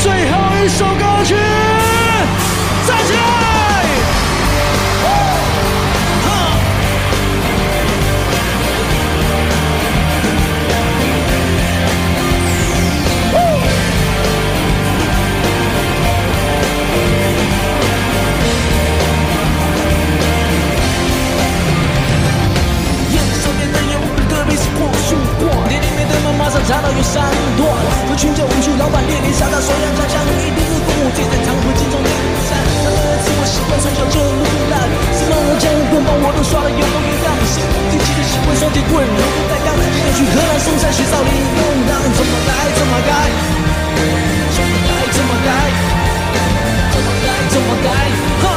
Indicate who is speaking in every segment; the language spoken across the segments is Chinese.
Speaker 1: 最后一首歌曲，站起来！
Speaker 2: 眼上面的烟雾特别是过速过，店里面的门马上查到有三段，我群着我去老板面临想到说要加强，一定是父母借在常会心中的雨伞，他们的自我习惯从小就很腐烂，什么人江湖棍棒我都耍的有模有样，先定期的习惯双截棍，柔带刚，今天去河南嵩山学少林弄堂，怎么来怎么改，怎么来怎么改，怎么改怎么改，哈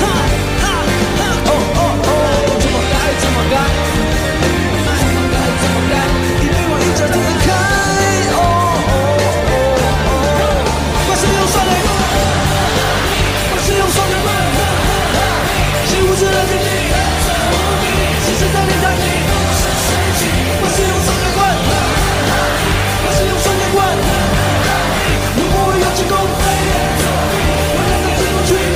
Speaker 2: 哈哈哈哦哦哦，怎么改怎么改。怎么改？你对我一脚踢得开，哦哦哦哦！我是用双腿，我是用双腿慢，是无知的自己，是谁在练太极？我是用双腿棍，我是用双腿棍。如果我有成功，我能够进入去。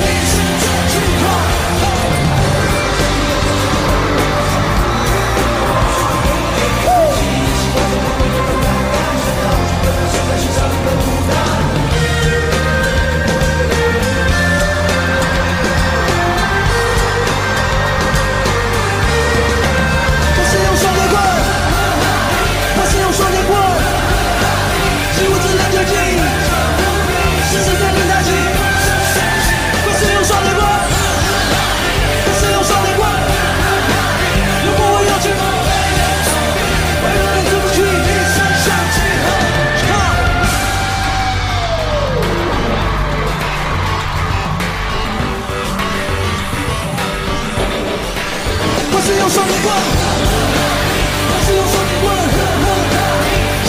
Speaker 2: 我是用双截棍，我是用双截棍，是我自然就进，是谁在练太极？我是用双截棍，我是用双截棍，如果我有进步，我永远出不去，一生向前。我是用双截棍，我是用双截棍，是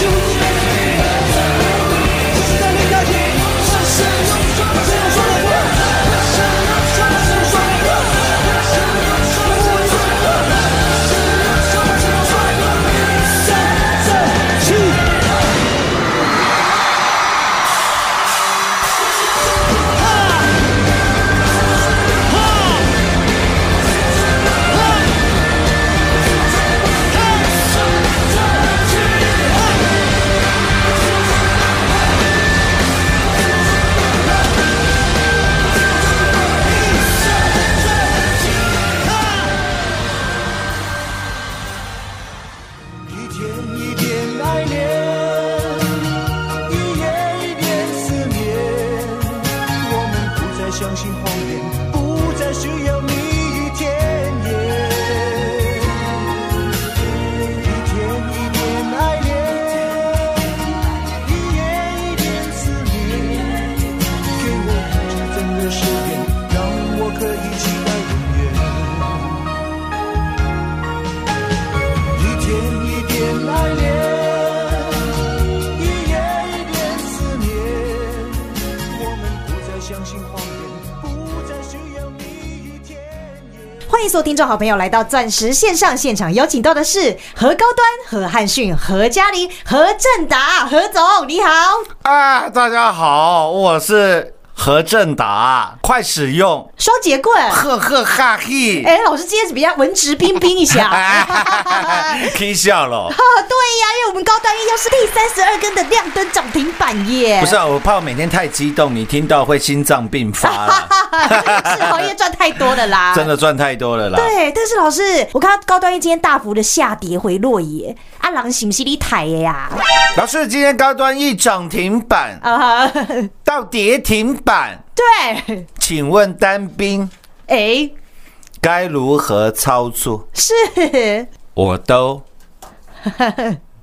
Speaker 2: 我自然的进，是谁在练太极？我是用双截棍，我是用双截棍，我是用双截棍。三二七。一天一点爱恋，一夜一点思念。我们不再相信谎言，不再需要蜜语甜言。一天一点爱恋，一夜一点思念。给我纯真的誓言，让我可以期待永远。一天一点爱恋，一夜一点思念。我们不再相信谎言，不再需要蜜语甜言。
Speaker 3: 欢迎所有听众好朋友来到钻石线上现场，邀请到的是何高端、何汉逊、何嘉玲、何正达，何总你好。
Speaker 4: 啊，大家好，我是何正达，快使用，
Speaker 3: 双节 棍，
Speaker 4: 呵呵哈嘿，
Speaker 3: 哎，老师今天是比较文质彬彬一 下。
Speaker 4: k 笑了。
Speaker 3: 啊，对呀、因为我们高端一又是第三十二根的亮灯涨停板耶。
Speaker 4: 不是啊，我怕我每天太激动，你听到会心脏病 发了，
Speaker 3: 是行业赚太多了啦，
Speaker 4: 啊 真。的赚太多了啦。
Speaker 3: 对，但是老师，我看到高端一今天大幅的下跌回落耶，阿郎是不是你抬的呀？
Speaker 4: 老师，今天高端一涨停板
Speaker 3: 啊、哈， 对，
Speaker 4: 到跌停板，请问单兵
Speaker 3: 哎、
Speaker 4: 该如何操作？
Speaker 3: 是
Speaker 4: 我都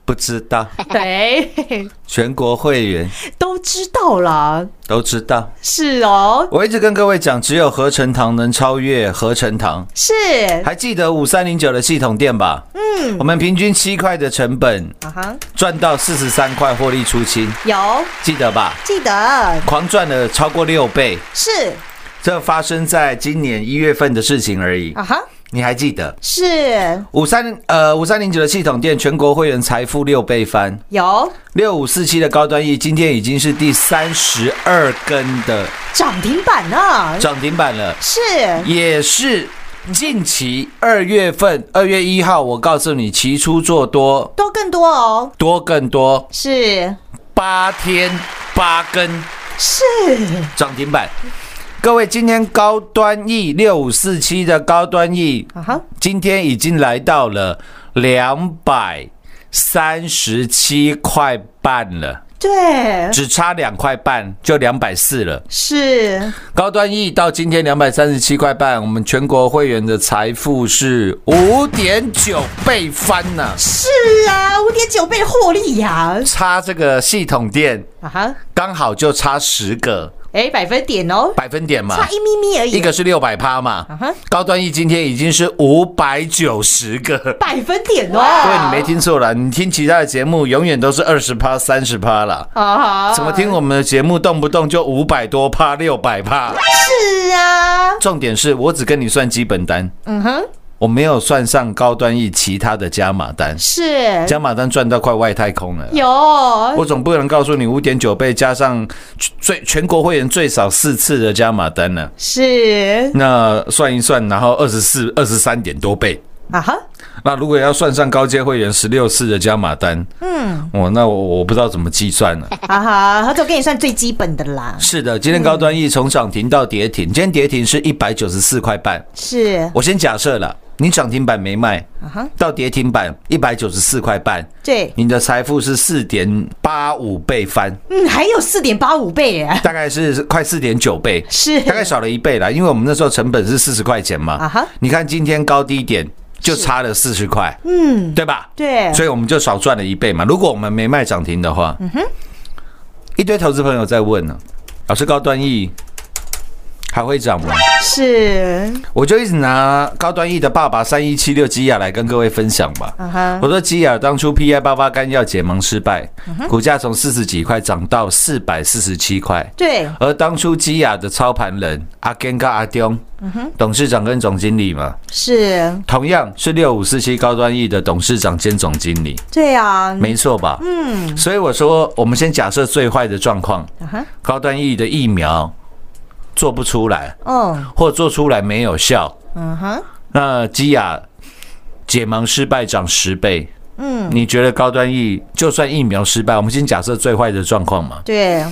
Speaker 4: 不知道，
Speaker 3: 对，
Speaker 4: 全国会员
Speaker 3: 都知道了，
Speaker 4: 都知道。
Speaker 3: 是哦，
Speaker 4: 我一直跟各位讲，只有合成糖能超越合成糖。
Speaker 3: 是
Speaker 4: 还记得五三零九的系统店吧？嗯，我们平均七块的成本
Speaker 3: 啊哈，
Speaker 4: 赚到四十三块，获利出清，
Speaker 3: 有
Speaker 4: 记得吧？
Speaker 3: 记得
Speaker 4: 狂赚了超过六倍，
Speaker 3: 是
Speaker 4: 这发生在今年一月份的事情而已。
Speaker 3: 啊哈，
Speaker 4: 你还记得
Speaker 3: 是
Speaker 4: 五三呃五三零九的系统店全国会员财富六倍翻，
Speaker 3: 有
Speaker 4: 六五四七的高端 E 今天已经是第三十二根的
Speaker 3: 涨停板呢，
Speaker 4: 涨停板了。
Speaker 3: 是
Speaker 4: 也是近期二月份二月一号，我告诉你，期初做多
Speaker 3: 多更多哦，
Speaker 4: 多更多，
Speaker 3: 是
Speaker 4: 八天八根
Speaker 3: 是
Speaker 4: 涨停板。各位，今天高端 E 六五四七的高端 E，
Speaker 3: 啊哈，
Speaker 4: 今天已经来到了两百三十七块半了，
Speaker 3: 对，
Speaker 4: 只差两块半就两百四了。
Speaker 3: 是
Speaker 4: 高端 E 到今天两百三十七块半，我们全国会员的财富是五点九倍翻呐、
Speaker 3: 是啊，五点九倍获利呀，
Speaker 4: 差这个系统店
Speaker 3: 啊哈，
Speaker 4: 刚好就差十个
Speaker 3: 哎，百分点哦，
Speaker 4: 百分点嘛
Speaker 3: 差，一咪咪而已，
Speaker 4: 啊一个是六百趴嘛
Speaker 3: 哈，
Speaker 4: 高端 E 今天已经是五百九十个。
Speaker 3: 百分点哦，
Speaker 4: 各位，你没听错啦，你听其他的节目永远都是二十趴、三十趴啦。
Speaker 3: 啊哈，
Speaker 4: 怎么听我们的节目，动不动就五百多趴、六百趴？
Speaker 3: 是啊，
Speaker 4: 重点是我只跟你算基本单，
Speaker 3: 嗯哼，
Speaker 4: 我没有算上高端 E 其他的加码单，
Speaker 3: 是
Speaker 4: 加码单赚到快外太空了。
Speaker 3: 有，
Speaker 4: 我总不能告诉你五点九倍加上最全国会员最少四次的加码单呢？
Speaker 3: 是
Speaker 4: 那算一算，然后二十四、二十三点多倍。
Speaker 3: 啊哈，
Speaker 4: 那如果要算上高阶会员十六次的加码单，嗯，哦，那我我不知道怎么计算了。
Speaker 3: 啊哈，何总给你算最基本的啦，
Speaker 4: 是的，今天高端 E 从涨停到跌停，今天跌停是一百九十四块半。
Speaker 3: 是
Speaker 4: 我先假设了，你涨停板没卖
Speaker 3: 哈，
Speaker 4: 到跌停板一百九十四块半，
Speaker 3: 对，
Speaker 4: 你的财富是四点八五倍翻，
Speaker 3: 嗯，还有四点八五倍耶，
Speaker 4: 大概是快四点九倍，
Speaker 3: 是
Speaker 4: 大概少了一倍啦，因为我们那时候成本是四十块钱嘛。
Speaker 3: 啊哈
Speaker 4: 你看今天高低点就差了四十块，嗯，对吧？
Speaker 3: 对
Speaker 4: 所以我们就少赚了一倍嘛。如果我们没卖涨停的话，嗯哼，一堆投资朋友在问呢、老师高端 E 还会涨吗？
Speaker 3: 是
Speaker 4: 我就一直拿高端 E 的爸爸三一七六基亚来跟各位分享吧。
Speaker 3: 啊哈，
Speaker 4: 我说基亚当初 PI 八八干药解盲失败，股价从四十几块涨到四百四十七块。
Speaker 3: 对，
Speaker 4: 而当初基亚的操盘人阿根跟阿丢，董事长跟总经理嘛，
Speaker 3: 是，
Speaker 4: 同样是六五四七高端 E 的董事长兼总经理，
Speaker 3: 对啊，
Speaker 4: 没错吧？嗯，所以我说，我们先假设最坏的状况，
Speaker 3: 啊哈，
Speaker 4: 高端 E 的疫苗做不出来，
Speaker 3: 哦，
Speaker 4: 或做出来没有效，
Speaker 3: 嗯哼，
Speaker 4: 那基亚解盲失败涨十倍。嗯，你觉得高端 E 就算疫苗失败，我们先假设最坏的状况嘛，
Speaker 3: 对，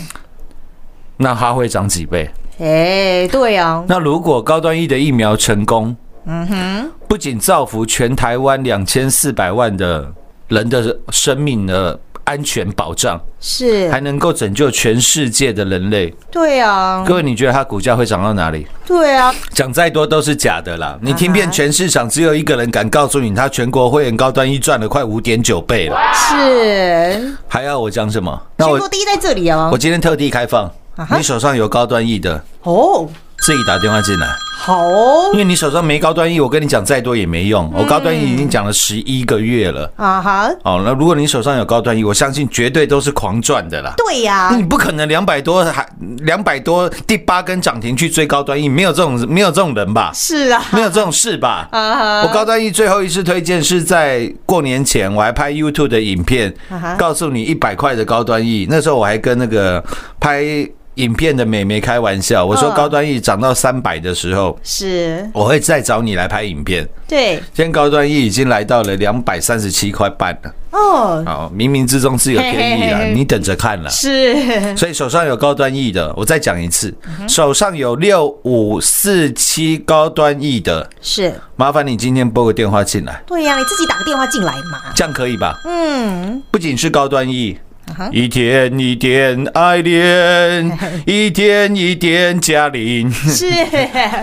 Speaker 4: 那它会涨几倍？
Speaker 3: 哎，对啊，
Speaker 4: 那如果高端一的疫苗成功，嗯哼，不仅造福全台湾两千四百万的人的生命的安全保障，
Speaker 3: 是
Speaker 4: 还，能够拯救全世界的人类。
Speaker 3: 对啊，
Speaker 4: 各位，你觉得它股价会涨到哪里？
Speaker 3: 对啊，
Speaker 4: 讲再多都是假的啦！你听遍全市场，只有一个人敢告诉你，他全国会员高端一赚了快五点九倍了，
Speaker 3: 是，
Speaker 4: 还要我讲什么？那
Speaker 3: 全国
Speaker 4: 我
Speaker 3: 第一在这里哦
Speaker 4: 我，今天特地开放
Speaker 3: 啊，哈
Speaker 4: 你手上有高端一的，
Speaker 3: 哦，
Speaker 4: 自己打电话进来。
Speaker 3: 好哦
Speaker 4: 因为你手上没高端 E，我跟你讲再多也没用。
Speaker 3: 嗯
Speaker 4: 我高端 E 已经讲了十一个月了。
Speaker 3: 啊哈，
Speaker 4: 哦，那如果你手上有高端 E，我相信绝对都是狂赚的啦。
Speaker 3: 对啊呀
Speaker 4: 你，不可能两百多还两百多第八根涨停去追高端 E，没有这种没有这种人吧？
Speaker 3: 是啊，
Speaker 4: 没有这种事吧？
Speaker 3: 啊
Speaker 4: 我
Speaker 3: 哈，
Speaker 4: 高端 E 最后一次推荐是在过年前，我还拍 YouTube 的影片
Speaker 3: 啊哈，
Speaker 4: 告诉你一百块的高端 E。那时候我还跟那个拍影片的美眉开玩笑，我说
Speaker 3: 嗯
Speaker 4: 高端 E 涨到三百的时候，
Speaker 3: 是，
Speaker 4: 我会再找你来拍影片。
Speaker 3: 对，
Speaker 4: 现在高端 E 已经来到了两百三十七块半了，
Speaker 3: 哦，
Speaker 4: 好，冥冥之中是有天意啊
Speaker 3: 嘿嘿，嘿
Speaker 4: 你等着看了。
Speaker 3: 是，
Speaker 4: 所以手上有高端 E 的，我再讲一次，
Speaker 3: 嗯
Speaker 4: 手上有六五四七高端 E 的，
Speaker 3: 是，
Speaker 4: 麻烦你今天拨个电话进来，
Speaker 3: 对呀、你自己打个电话进来嘛。
Speaker 4: 这样可以吧？
Speaker 3: 嗯，
Speaker 4: 不仅是高端 E，一天一点爱恋，一天一点加零。
Speaker 3: 是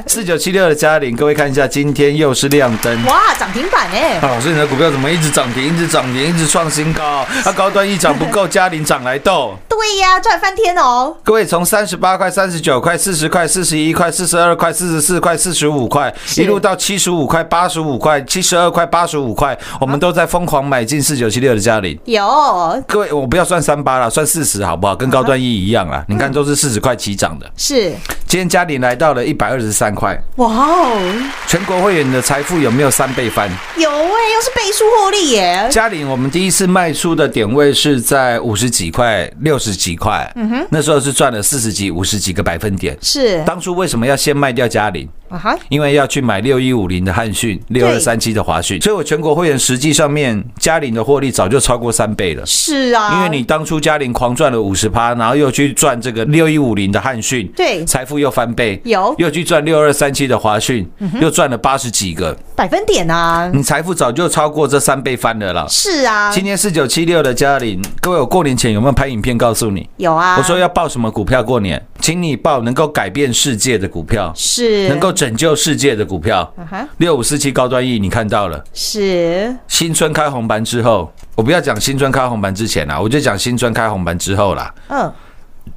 Speaker 4: 四九七六的加零，各位看一下，今天又是亮灯。啊
Speaker 3: 哇，涨停板哎、
Speaker 4: 啊，老师，你的股票怎么一直涨停，一直涨停，一直创新高？啊，高端一涨不够，嘉陵涨来斗。
Speaker 3: 对呀、赚翻天哦！
Speaker 4: 各位从三十八块、三十九块、四十块、四十一块、四十二块、四十四块、四十五块，一路到七十五块、八十五块、七十二块、八十五块，我们都在疯狂买进四九七六的嘉陵。
Speaker 3: 有
Speaker 4: 各位，我不要算三八了，算四十好不好？跟高端一一样啦，你看都是四十块起涨的。
Speaker 3: 是
Speaker 4: 今天嘉陵来到了一百二十三块，
Speaker 3: 哇哦，
Speaker 4: 全国会员的财富有没有三倍翻？
Speaker 3: 有哎、又是倍数获利耶！
Speaker 4: 嘉玲，我们第一次卖出的点位是在五十几块、六十几块，嗯哼，那时候是赚了四十几、五十几个百分点。
Speaker 3: 是
Speaker 4: 当初为什么要先卖掉嘉玲？
Speaker 3: 啊哈，
Speaker 4: 因为要去买六一五零的汉讯、六二三七的华讯，所以我全国会员实际上面嘉玲的获利早就超过三倍了。
Speaker 3: 是啊，
Speaker 4: 因为你当初嘉玲狂赚了五十趴，然后又去赚这个六一五零的汉讯，
Speaker 3: 对
Speaker 4: 财富又翻倍，
Speaker 3: 有嗯
Speaker 4: 又去赚六二三七的华讯，又赚了八十几个，
Speaker 3: 百分点啊，
Speaker 4: 你财富早就超过这三倍翻了啦。
Speaker 3: 是啊，
Speaker 4: 今天四九七六的嘉玲，各位，我过年前有没有拍影片告诉你？
Speaker 3: 有啊，
Speaker 4: 我说要报什么股票过年，请你报能够改变世界的股票，
Speaker 3: 是
Speaker 4: 能够拯救世界的股票
Speaker 3: 啊。哈
Speaker 4: 六五四七高端 E，你看到了。
Speaker 3: 是
Speaker 4: 新春开红盘之后，我不要讲新春开红盘之前啦，我就讲新春开红盘之后啦。
Speaker 3: 嗯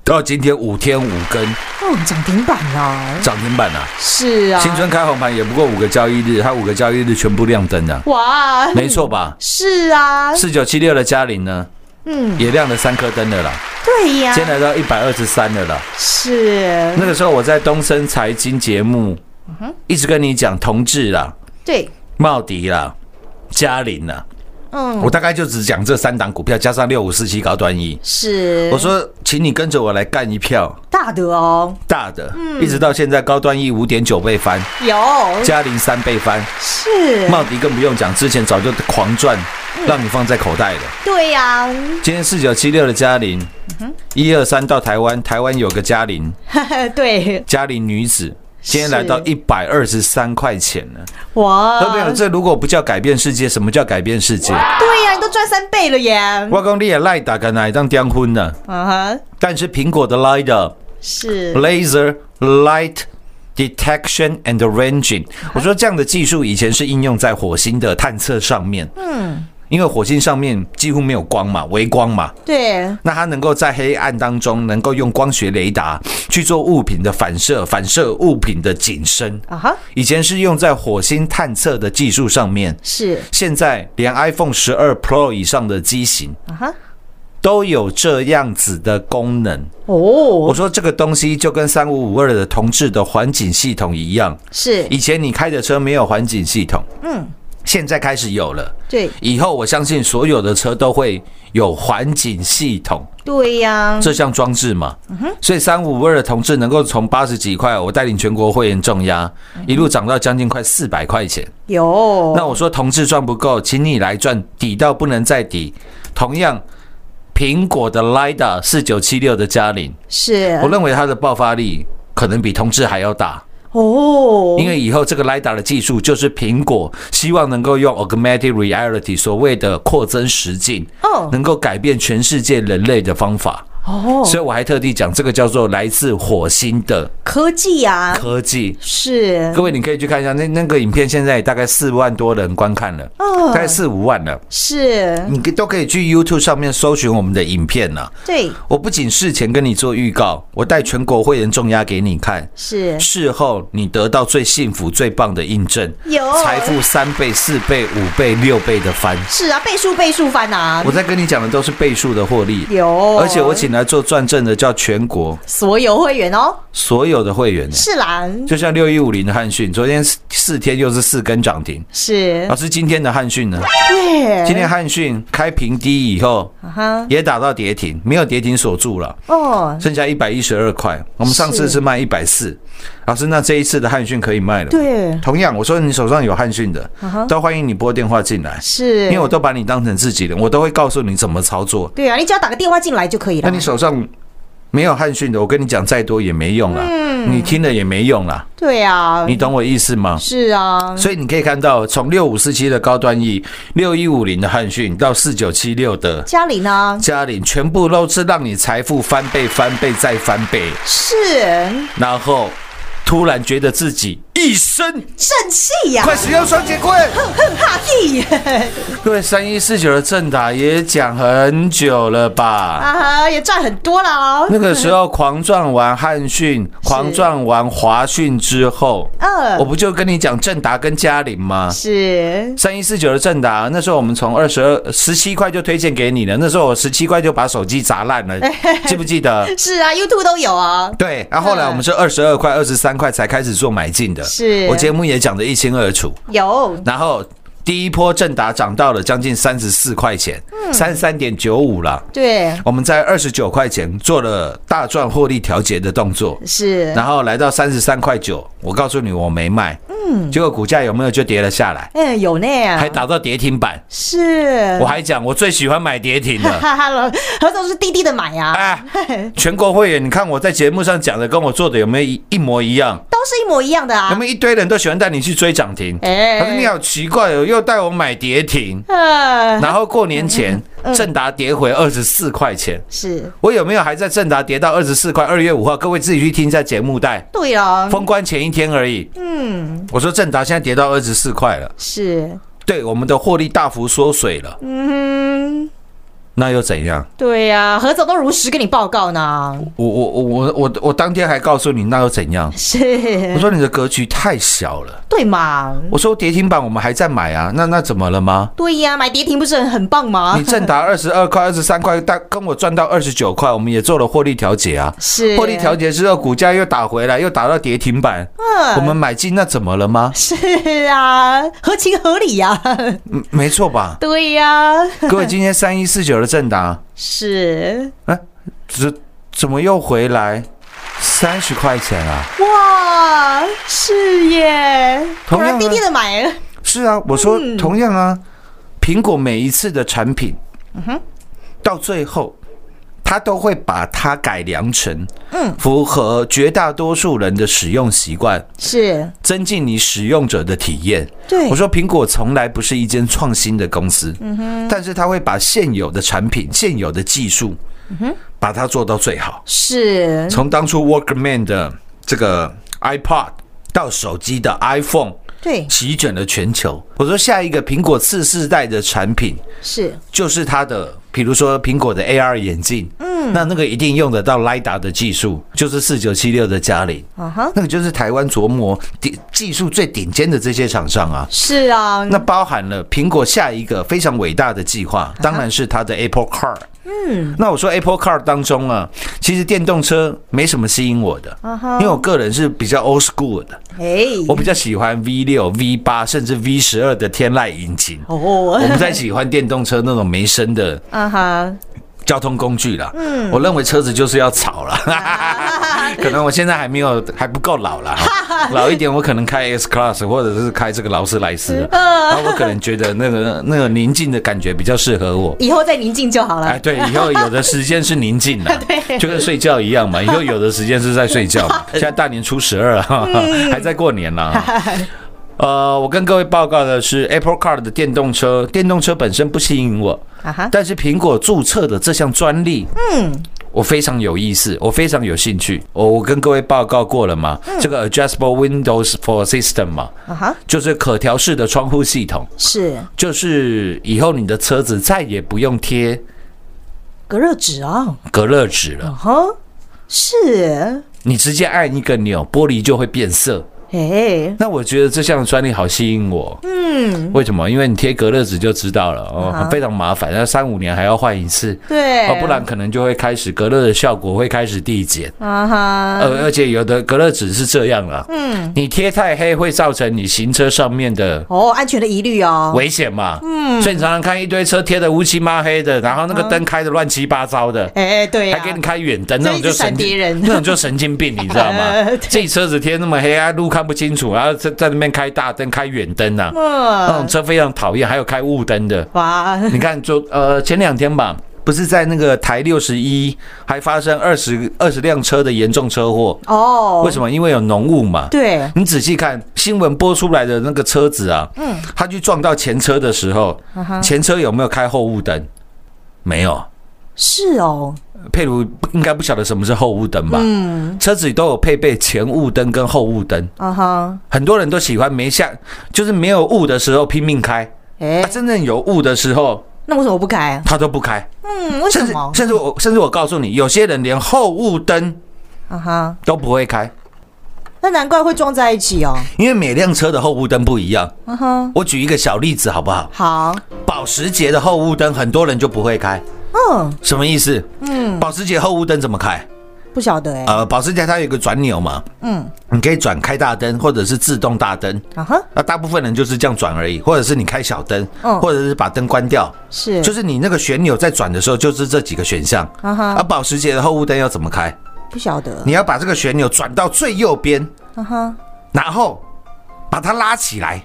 Speaker 4: 到今天五天五根
Speaker 3: 哦涨停板哦，
Speaker 4: 涨停板啦，
Speaker 3: 是啊，
Speaker 4: 新春开红盘也不过五个交易日，它五个交易日全部亮灯啊，
Speaker 3: 哇，
Speaker 4: 没错吧？
Speaker 3: 是啊，
Speaker 4: 四九七六的嘉玲呢，
Speaker 3: 嗯啊
Speaker 4: 也亮了三颗灯了啦，
Speaker 3: 对呀
Speaker 4: 今，天来到一百二十三了啦。
Speaker 3: 是嗯
Speaker 4: 那个时候我在东森财经节目，一直跟你讲同志啦、
Speaker 3: 对，
Speaker 4: 茂迪啦、嘉玲啦，
Speaker 3: 嗯
Speaker 4: 我大概就只讲这三档股票，加上六五四七高端一。
Speaker 3: 是，
Speaker 4: 我说，请你跟着我来干一票
Speaker 3: 大的哦，
Speaker 4: 大的，一直到现在高端一五点九倍翻，
Speaker 3: 哎有
Speaker 4: 嘉玲三倍翻，
Speaker 3: 是，
Speaker 4: 茂迪更不用讲，之前早就狂赚，让你放在口袋了。
Speaker 3: 对呀，
Speaker 4: 今天四九七六的嘉玲，一二三到台湾，台湾有个嘉玲，
Speaker 3: 对，
Speaker 4: 嘉玲女子。今天来到
Speaker 3: 是啊
Speaker 4: 一百二十三块钱了，
Speaker 3: 哇，
Speaker 4: 各位朋友，这如果不叫改变世界，什么叫改变世界？
Speaker 3: 对呀，你都赚三倍了耶，
Speaker 4: 我讲你也赖打个哪一张订婚呢？
Speaker 3: 啊哈，
Speaker 4: 但是苹果的 LiDAR
Speaker 3: 是
Speaker 4: Laser Light Detection and Ranging，我说这样的技术以前是应用在火星的探测上面，嗯，因为火星上面几乎没有光嘛，微光嘛，
Speaker 3: 对，
Speaker 4: 那它能够在黑暗当中，能够用光学雷达去做物品的反射，反射物品的景深。
Speaker 3: 啊哈，
Speaker 4: 以前是用在火星探测的技术上面，
Speaker 3: 是
Speaker 4: 现在连 iPhone 十二 Pro 以上的机型
Speaker 3: 啊哈，
Speaker 4: 都有这样子的功能。我
Speaker 3: 哦，
Speaker 4: 说这个东西就跟三五五二的同志的环景系统一样，
Speaker 3: 是
Speaker 4: 以前你开的车没有环景系统，嗯，现在开始有了。
Speaker 3: 对
Speaker 4: 以后我相信所有的车都会有环景系统
Speaker 3: 对呀，
Speaker 4: 这项装置嘛，所以三五五二的同志能够从八十几块，我带领全国会员重压，一路涨到将近快四百块钱。
Speaker 3: 有
Speaker 4: 那我说同志赚不够，请你来赚底到不能再底。同样，苹果的 Lida 四九七六的嘉玲，
Speaker 3: 是
Speaker 4: 我认为它的爆发力可能比同志还要大，
Speaker 3: 哦，
Speaker 4: 因为以后这个 Lida 的技术就是苹果希望能够用 Augmented Reality 所谓的扩增实境，
Speaker 3: 哦
Speaker 4: 能够改变全世界人类的方法。
Speaker 3: 哦
Speaker 4: 所以我还特地讲这个叫做来自火星的
Speaker 3: 科技呀、
Speaker 4: 科技。
Speaker 3: 是
Speaker 4: 各位，你可以去看一下那那个影片，现在大概四万多人观看了，
Speaker 3: 哦
Speaker 4: 大概四五万了。
Speaker 3: 是，
Speaker 4: 你都可以去 YouTube 上面搜寻我们的影片呢、
Speaker 3: 对
Speaker 4: 我不仅事前跟你做预告，我带全国会员重压给你看，
Speaker 3: 是
Speaker 4: 事后你得到最幸福、最棒的印证，
Speaker 3: 有
Speaker 4: 财富三倍、四倍、五倍、六倍的翻。
Speaker 3: 是啊，倍数倍数翻啊
Speaker 4: 我，在跟你讲的都是倍数的获利，
Speaker 3: 有，
Speaker 4: 而且我请来做转正的叫全国
Speaker 3: 所有会员哦，
Speaker 4: 所有的会员，
Speaker 3: 是啦，
Speaker 4: 就像六一五零的汉讯，昨天四四天又是四根涨停。
Speaker 3: 是
Speaker 4: 老师，今天的汉讯
Speaker 3: 哎
Speaker 4: 呢？
Speaker 3: 对，
Speaker 4: 啊今天汉讯开平低以后，
Speaker 3: 啊哈
Speaker 4: 也打到跌停，没有跌停锁住了。
Speaker 3: 哦，
Speaker 4: 剩下一百一十二块，我们上次
Speaker 3: 是
Speaker 4: 是卖一百四，老师，那这一次的汉讯可以卖了吗。
Speaker 3: 对
Speaker 4: 同样，我说你手上有汉讯的
Speaker 3: 嗯哼，
Speaker 4: 都欢迎你拨电话进来，
Speaker 3: 是，
Speaker 4: 因为我都把你当成自己人，我都会告诉你怎么操作。
Speaker 3: 对啊，你只要打个电话进来就可以了，
Speaker 4: 那你手上没有汉逊的，我跟你讲再多也没用了，啊
Speaker 3: 嗯
Speaker 4: 你听了也没用了，
Speaker 3: 对啊，
Speaker 4: 你懂我意思吗？
Speaker 3: 是啊，
Speaker 4: 所以你可以看到，从六五四七的高端 E、六一五零的汉逊到四九七六的
Speaker 3: 家里呢
Speaker 4: 嘉陵，全部都是让你财富翻倍、翻倍再翻倍，
Speaker 3: 是
Speaker 4: 然后突然觉得自己一身
Speaker 3: 正气呀、
Speaker 4: 快使用双节棍。
Speaker 3: 很怕地
Speaker 4: 各位三一四九的正打也讲很久了 吧？
Speaker 3: 啊哈，也赚很多了哦。
Speaker 4: 那个时候狂撞完汉 逊，狂撞完华讯之后，
Speaker 3: 嗯
Speaker 4: 我不就跟你讲正达跟嘉陵吗？
Speaker 3: 是
Speaker 4: 三一四九的正达，那时候我们从二十二十七块就推荐给你了，那时候我十七块就把手机砸烂 了，记不记得？
Speaker 3: 是啊，YouTube 都有啊。
Speaker 4: 对，然后后来我们是二十二块、二十三块才开始做买进的，
Speaker 3: 是
Speaker 4: 我节目也讲得一清二楚。
Speaker 3: 有
Speaker 4: 然后第一波正达涨到了将近三十四块钱，
Speaker 3: 嗯
Speaker 4: 三三点九五了。
Speaker 3: 对
Speaker 4: 我们在二十九块钱做了大赚获利调节的动作，
Speaker 3: 是
Speaker 4: 然后来到三十三块九，我告诉你我没卖，嗯，结果股价有没有就跌了下来，
Speaker 3: 嗯有那样
Speaker 4: 还打到跌停板，
Speaker 3: 是
Speaker 4: 我还讲我最喜欢买跌停 的。
Speaker 3: 哈哈了，何总是滴滴的买呀、啊，
Speaker 4: 哎，全国会员，你看我在节目上讲的跟我做的有没有一一模一样？
Speaker 3: 都是一模一样的
Speaker 4: 有
Speaker 3: 啊。
Speaker 4: 没有一堆人都喜欢带你去追涨停？
Speaker 3: 哎
Speaker 4: 可是你好奇怪哦，又带我买跌停，
Speaker 3: 呃，
Speaker 4: 然后过年前
Speaker 3: 嗯
Speaker 4: 正达跌回二十四块钱，
Speaker 3: 是
Speaker 4: 我有没有还在正达跌到二十四块？二月五号，各位自己去听一下节目带，
Speaker 3: 对哦了，
Speaker 4: 封关前一天而已。嗯，我说正达现在跌到二十四块了，
Speaker 3: 是
Speaker 4: 对我们的获利大幅缩水了。
Speaker 3: 嗯，
Speaker 4: 那又怎样？
Speaker 3: 对呀、何总都如实跟你报告呢。
Speaker 4: 我我我我我我当天还告诉你，那又怎样？我
Speaker 3: 是，
Speaker 4: 说你的格局太小了。
Speaker 3: 对嘛？
Speaker 4: 我说跌停板我们还在买啊，那那怎么了吗？
Speaker 3: 对呀、买跌停不是很很棒吗
Speaker 4: 你？正达二十二块、二十三块，但跟我赚到二十九块，我们也做了获利调节啊。
Speaker 3: 是
Speaker 4: 获利调节之后，股价又打回来，又打到跌停板，我们买进，那怎么了吗？
Speaker 3: 是啊，合情合理呀、？
Speaker 4: 嗯，没错吧
Speaker 3: 对呀、
Speaker 4: 各位，今天三一四九的正 达，
Speaker 3: 是
Speaker 4: 哎，怎怎么又回来三十块钱啊？
Speaker 3: 哇，是耶，
Speaker 4: 同
Speaker 3: 果
Speaker 4: 样
Speaker 3: 然
Speaker 4: 啊
Speaker 3: 滴滴的买了，
Speaker 4: 是啊，我说同样啊，苹果每一次的产品，到最后。它都会把它改良成，嗯，符合绝大多数人的使用习惯，
Speaker 3: 是
Speaker 4: 增进你使用者的体验。
Speaker 3: 对嗯
Speaker 4: 我说苹果从来不是一间创新的公司，但是它会把现有的产品、现有的技术，
Speaker 3: 嗯
Speaker 4: 把它做到最好。
Speaker 3: 是
Speaker 4: 从当初 Walkman 的这个 iPod 到手机的 iPhone，
Speaker 3: 对
Speaker 4: 席卷了全球。我说下一个苹果次世代的产品
Speaker 3: 是
Speaker 4: 就是它的，比如说苹果的 AR 眼镜，嗯，那那个一定用得到 LiDAR 的技术，就是四九七六的嘉陵，
Speaker 3: 啊哈，
Speaker 4: 那个就是台湾琢磨顶技术最顶尖的这些厂商啊。
Speaker 3: 是啊，
Speaker 4: 那包含了苹果下一个非常伟大的计划，当然是它的 Apple Car。嗯，那我说 Apple Car 当中啊，其实电动车没什么吸引我的，因为我个人是比较 old school 的，
Speaker 3: 哎，
Speaker 4: 我比较喜欢 V 六、V 八甚至 V 十二的天籁引擎，
Speaker 3: 哦
Speaker 4: 我，不太喜欢电动车那种没声的
Speaker 3: 啊哈，
Speaker 4: 交通工具啦。嗯，我认为车子就是要吵了， 可能我现在还没有还不够老啦，老一点我可能开 S Class 或者是开这个劳斯莱斯，那我可能觉得那个那个宁静的感觉比较适合我。
Speaker 3: 以后再宁静就好了。，
Speaker 4: 哎，对，以后有的时间是宁静的
Speaker 3: 对
Speaker 4: 就跟睡觉一样嘛。以后有的时间是在睡觉嘛。现在大年初十二啊， 还在过年呢。
Speaker 3: 啊
Speaker 4: 呃，我跟各位报告的是，Apple Car 的电动车，电动车本身不吸引我，
Speaker 3: 啊哈，
Speaker 4: 但是苹果注册的这项专利，嗯，我非常有意思，我非常有兴趣。我我跟各位报告过了嘛，这个 Adjustable Windows for System 嘛，
Speaker 3: 啊哈，
Speaker 4: 就是可调式的窗户系统，
Speaker 3: 是
Speaker 4: 就是以后你的车子再也不用贴
Speaker 3: 隔热纸啊，
Speaker 4: 隔热纸了。
Speaker 3: 啊哈，是，
Speaker 4: 你直接按一个钮，玻璃就会变色。
Speaker 3: 哎，
Speaker 4: 那我觉得这项专利好吸引我，嗯，为什么？因为你贴隔热纸就知道了哦，非常麻烦，那三五年还要换一次，
Speaker 3: 对，
Speaker 4: 哦，不然可能就会开始隔热的效果会开始递减，
Speaker 3: 啊哈，
Speaker 4: 而而且有的隔热纸是这样了，嗯，你贴太黑会造成你行车上面的
Speaker 3: 哦，安全的疑虑哦，
Speaker 4: 危险嘛，嗯，所以你常常看一堆车贴的乌漆嘛黑的，然后那个灯开的乱七八糟的，
Speaker 3: 嗯哎，对呀、
Speaker 4: 还给你开远灯，那
Speaker 3: 这
Speaker 4: 种
Speaker 3: 一
Speaker 4: 就
Speaker 3: 直闪
Speaker 4: 神
Speaker 3: 别人
Speaker 4: 那种就神经病，你知道吗
Speaker 3: 呃对？
Speaker 4: 自己车子贴那么黑啊，路看不清楚，然后在在那边开大灯、开远灯啊，那种
Speaker 3: 嗯，
Speaker 4: 车非常讨厌。还有开雾灯的，
Speaker 3: 哇，
Speaker 4: 你看，就呃前两天吧，不是在那个台六十一还发生二十二十辆车的严重车祸？
Speaker 3: 哦，
Speaker 4: 为什么？因为有浓雾嘛。
Speaker 3: 对，
Speaker 4: 你仔细看新闻播出来的那个车子啊，嗯，它去撞到前车的时候，
Speaker 3: 嗯
Speaker 4: 前车有没有开后雾灯？没有。
Speaker 3: 是哦，
Speaker 4: 佩如应该不晓得什么是后雾灯吧？嗯，车子里都有配备前雾灯跟后雾灯，
Speaker 3: 啊哈，
Speaker 4: 很多人都喜欢没下，就是没有雾的时候拼命开，
Speaker 3: 哎、
Speaker 4: 啊，真正有雾的时候
Speaker 3: 那为什么不改？
Speaker 4: 他都不开，
Speaker 3: 嗯，为什
Speaker 4: 甚至
Speaker 3: 么？
Speaker 4: 甚至我甚至我告诉你，有些人连后雾灯
Speaker 3: 啊哈，
Speaker 4: 都不会开，
Speaker 3: 那难怪会撞在一起哦。
Speaker 4: 因为每辆车的后雾灯不一样。
Speaker 3: 啊哈，
Speaker 4: 我举一个小例子好不好？
Speaker 3: 好，
Speaker 4: 保时捷的后雾灯很多人就不会开，
Speaker 3: 嗯，
Speaker 4: 什么意思？嗯，保时捷后雾灯怎么开？
Speaker 3: 不晓得哎、
Speaker 4: 呃，保时捷它有一个转钮嘛，嗯，你可以转开大灯或者是自动大灯，
Speaker 3: 啊哈，
Speaker 4: 那大部分人就是这样转而已，或者是你开小灯，
Speaker 3: 嗯
Speaker 4: 或者是把灯关掉，
Speaker 3: 是，
Speaker 4: 就是是你那个旋钮在转的时候就是这几个选项。
Speaker 3: 啊
Speaker 4: 而
Speaker 3: 哈，
Speaker 4: 保时捷的后雾灯要怎么开？
Speaker 3: 不晓得，
Speaker 4: 你要把这个旋钮转到最右边，
Speaker 3: 啊哈，
Speaker 4: 然后把它拉起来，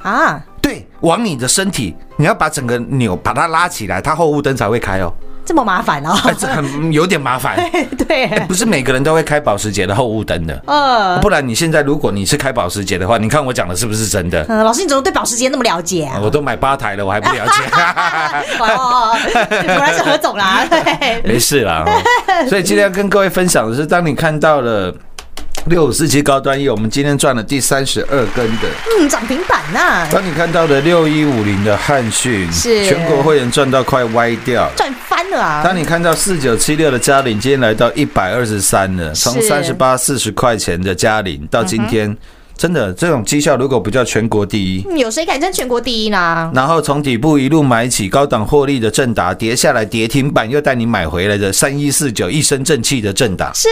Speaker 3: 啊，
Speaker 4: 对，往你的身体，你要把整个钮把它拉起来，它后雾灯才会开哦。
Speaker 3: 这么麻烦哦，
Speaker 4: 哎，这很有点麻烦，哎
Speaker 3: 对，
Speaker 4: 不是每个人都会开保时捷的后雾灯的。
Speaker 3: 呃，
Speaker 4: 不然你现在如果你是开保时捷的话，你看我讲的是不是 真的？
Speaker 3: 呃，老师你怎么对保时捷那么了解啊？
Speaker 4: 我都买八台了，我还不了解。
Speaker 3: 哦，果然是何总啦，对，
Speaker 4: 没事啦。哦所以今天要跟各位分享的是，当你看到了六五四七高端 E，我们今天赚了第三十二根的；
Speaker 3: 嗯，涨停板呐、
Speaker 4: 当你看到了六一五零的汉讯，
Speaker 3: 是
Speaker 4: 全国会员赚到快歪掉。
Speaker 3: 赚翻了啊！
Speaker 4: 当你看到四九七六的嘉玲，今天来到一百二十三了，从
Speaker 3: 是
Speaker 4: 三十八四十块钱的嘉玲到今天，真的这种绩效如果不叫全国第一，
Speaker 3: 嗯有谁敢争全国第一呢？
Speaker 4: 然后从底部一路买起，高档获利的正达跌下来跌停板，又带你买回来的三一四九，一身正气的正达，
Speaker 3: 是，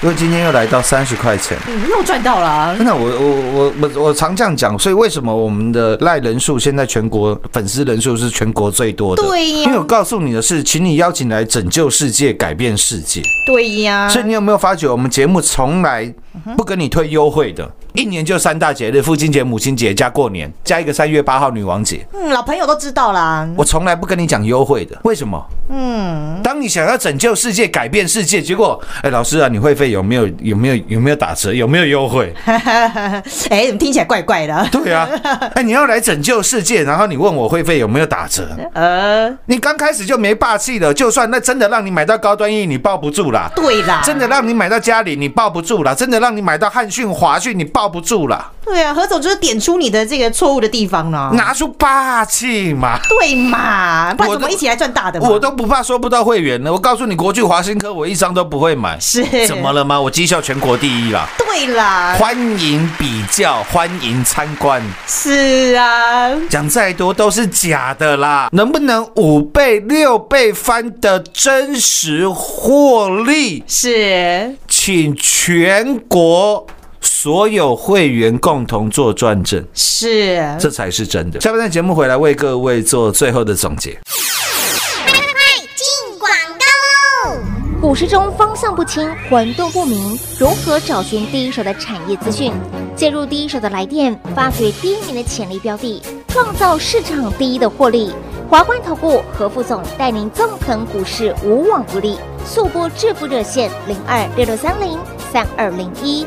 Speaker 4: 因为今天又来到三十块钱。
Speaker 3: 嗯，又赚到了啊。
Speaker 4: 真的，我我我我我常这样讲，所以为什么我们的赖人数现在全国粉丝人数是全国最多的？
Speaker 3: 对呀
Speaker 4: 因为我告诉你的是，请你邀请来拯救世界，改变世界。
Speaker 3: 对呀，
Speaker 4: 所以你有没有发觉，我们节目从来不跟你推优惠的，一年就三大节日：父亲节、母亲节加过年，加一个三月八号女王节。
Speaker 3: 嗯，老朋友都知道啦。
Speaker 4: 我从来不跟你讲优惠的，为什么？嗯，当你想要拯救世界、改变世界，结果，哎、老师啊，你会费有没有有没有有没有打折？有没有优惠？
Speaker 3: 哎，怎么听起来怪怪的？
Speaker 4: 对啊，哎、你要来拯救世界，然后你问我会费有没有打折？
Speaker 3: 呃，
Speaker 4: 你刚开始就没霸气了，就算那真的让你买到高端 E，你抱不住啦。
Speaker 3: 对啦，
Speaker 4: 真的让你买到家里，你抱不住啦；真的让你买到汉讯、华讯，你抱不住啦。
Speaker 3: 对啊，何总就是点出你的这个错误的地方呢。
Speaker 4: 拿出霸气嘛！
Speaker 3: 对嘛，不然
Speaker 4: 我
Speaker 3: 怎么
Speaker 4: 都
Speaker 3: 一起来赚大的嘛？
Speaker 4: 我都不怕收不到会员了。我告诉你，国巨、华新科我一张都不会买。
Speaker 3: 是啊
Speaker 4: 怎么了吗？我绩效全国第一啦！
Speaker 3: 对啦，
Speaker 4: 欢迎比较，欢迎参观。
Speaker 3: 是啊，
Speaker 4: 讲再多都是假的啦，能不能五倍、六倍翻的真实获利？
Speaker 3: 是
Speaker 4: 请全国所有会员共同做转正。
Speaker 3: 是，
Speaker 4: 这才是真的。下半段节目回来为各位做最后的总结。
Speaker 5: 进广告喽！股市中方向不清、混沌不明，如何找寻第一手的产业资讯？介入第一手的来电，发掘第一名的潜力标的，创造市场第一的获利。华冠投顾何副总带领纵横股市，无往不利。速播致富热线零二六六三零三二零一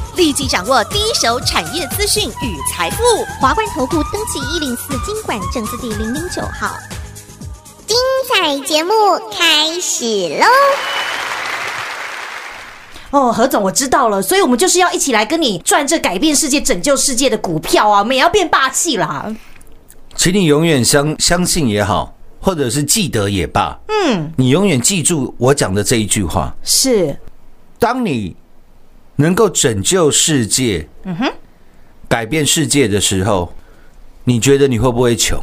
Speaker 6: 立即掌握第一手产业资讯与财富。
Speaker 5: 华冠投顾登记一零四经管证字第零零九号。精彩节目开始喽！
Speaker 3: 哦，何总，我知道了，所以我们就是要一起来跟你赚这改变世界、拯救世界的股票啊！我们也要变霸气啦。
Speaker 4: 请你永远相相信也好，或者是记得也罢，嗯，你永远记住我讲的这一句话：
Speaker 3: 是，
Speaker 4: 当你能够拯救世界，嗯哼，改变世界的时候，你觉得你会不会穷？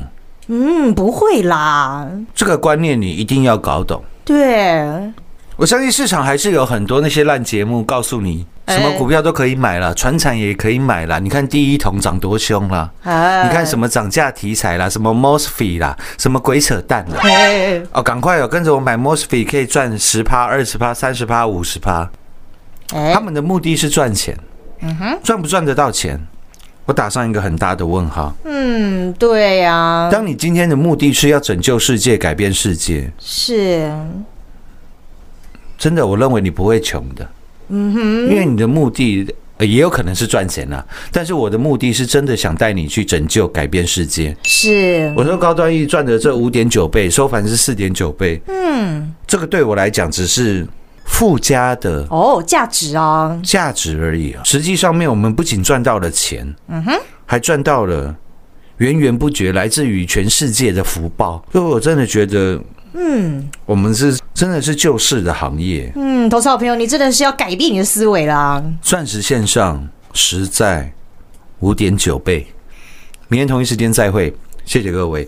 Speaker 3: 嗯，不会啦，
Speaker 4: 这个观念你一定要搞懂。
Speaker 3: 对，
Speaker 4: 我相信市场还是有很多那些烂节目告诉你，什么
Speaker 3: 哎
Speaker 4: 股票都可以买了，船产也可以买了。你看第一桶涨多凶啦，
Speaker 3: 哎
Speaker 4: 你看什么涨价题材啦，什么 mosfet 啦，什么鬼扯淡啦。
Speaker 3: 哎，
Speaker 4: 哦，赶快哦，跟着我买 mosfet 可以赚十趴、二十趴、三十趴、五十趴。
Speaker 3: 哎嗯
Speaker 4: 他们的目的是赚钱，赚不赚得到钱，我打上一个很大的问号。
Speaker 3: 嗯，对呀、
Speaker 4: 当你今天的目的是要拯救世界、改变世界，
Speaker 3: 是，
Speaker 4: 真的，我认为你不会穷的。嗯哼，因为你的目的、呃也有可能是赚钱啦、但是我的目的是真的想带你去拯救、改变世界。
Speaker 3: 是，
Speaker 4: 我说高端易赚的这五点九倍，收盘是四点九倍。嗯，这个对我来讲只是附加的
Speaker 3: 哦，价值啊，
Speaker 4: 价值而已啊。实际上面，我们不仅赚到了钱，嗯哼，还赚到了源源不绝来自于全世界的福报。所以我真的觉得，嗯，我们是真的是救世的行业，
Speaker 3: 嗯，投资好朋友，你真的是要改变你的思维啦，
Speaker 4: 钻石线上实在五点九倍。明天同一时间再会，谢谢各位。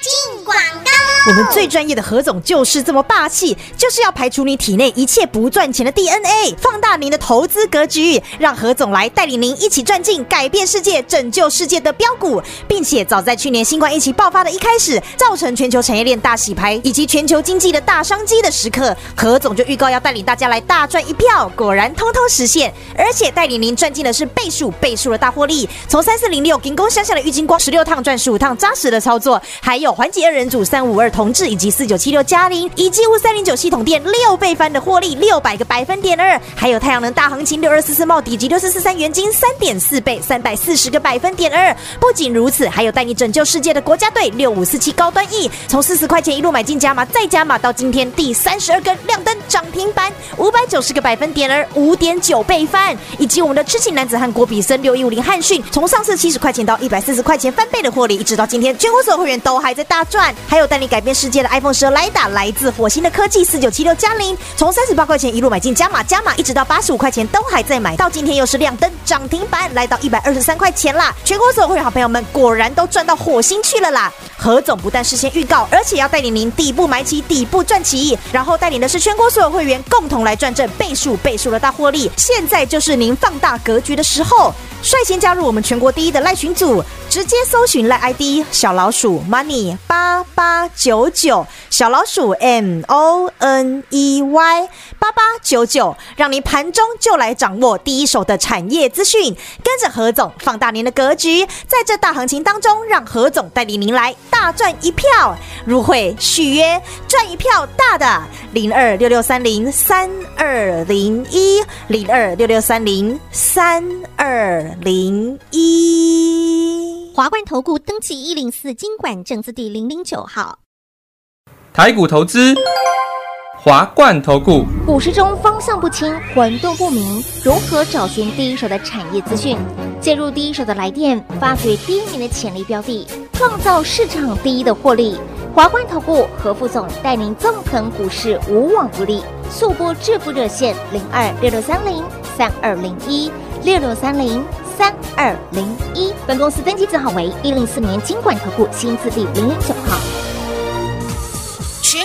Speaker 6: 进广告，
Speaker 3: 我们最专业的何总就是这么霸气，就是要排除你体内一切不赚钱的 DNA，放大您的投资格局，让何总来带领您一起赚进改变世界、拯救世界的标股，并且早在去年新冠疫情爆发的一开始，造成全球产业链大洗牌以及全球经济的大商机的时刻，何总就预告要带领大家来大赚一票，果然通通实现，而且带领您赚进的是倍数倍数的大获利，从三四零六顶工乡下的郁金光十六趟赚十五趟，扎实的操作，还有环节二人组三五二同志以及四九七六嘉玲，以及五三零九系统店六倍翻的获利六百个百分点二，还有太阳能大行情六二四四茂底及六四四三元金三点四倍三百四十个百分点二。不仅如此，还有带你拯救世界的国家队六五四七高端 E，从四十块钱一路买进加码再加码，到今天第三十二根亮灯涨停板五百九十个百分点二五点九倍翻，以及我们的痴情男子汉郭比森六一五零汉讯，从上次七十块钱到一百四十块钱翻倍的获利，一直到今天，全国所有会员都还在大赚。还有带你改变世界的 iPhone 十二 Lida，来自火星的科技四九七六加零，从三十八块钱一路买进加码加码，一直到八十五块钱都还在买，到今天又是亮灯涨停板，来到一百二十三块钱啦！全国所有会员好朋友们果然都赚到火星去了啦！何总不但事先预告，而且要带领您底部买起，底部赚起，然后带领的是全国所有会员共同来赚这倍数倍数的大获利。现在就是您放大格局的时候，率先加入我们全国第一的赖群组，直接搜寻赖 ID 小老鼠 money 八八九九，小老鼠 m o n e y 八八九九，让您盘中就来掌握第一手的产业资讯，跟着何总放大您的格局，在这大行情当中，让何总带领您来大赚一票，入会续约赚一票大的零二六六三零三二零一零二六六三零三二零一。
Speaker 6: 华冠投顾登记一零四经管证字第零零九号。
Speaker 7: 台股投资，华冠投顾。
Speaker 5: 股市中方向不清、混沌不明，如何找寻第一手的产业资讯？介入第一手的来电，发掘第一名的潜力标的，创造市场第一的获利。华冠投顾何副总带领纵横股市，无往不利。速播致富热线零二六六三零三二零一六六三零三二零一。本公司登记字号为一零四年经管投顾新字第零零九号。
Speaker 6: 全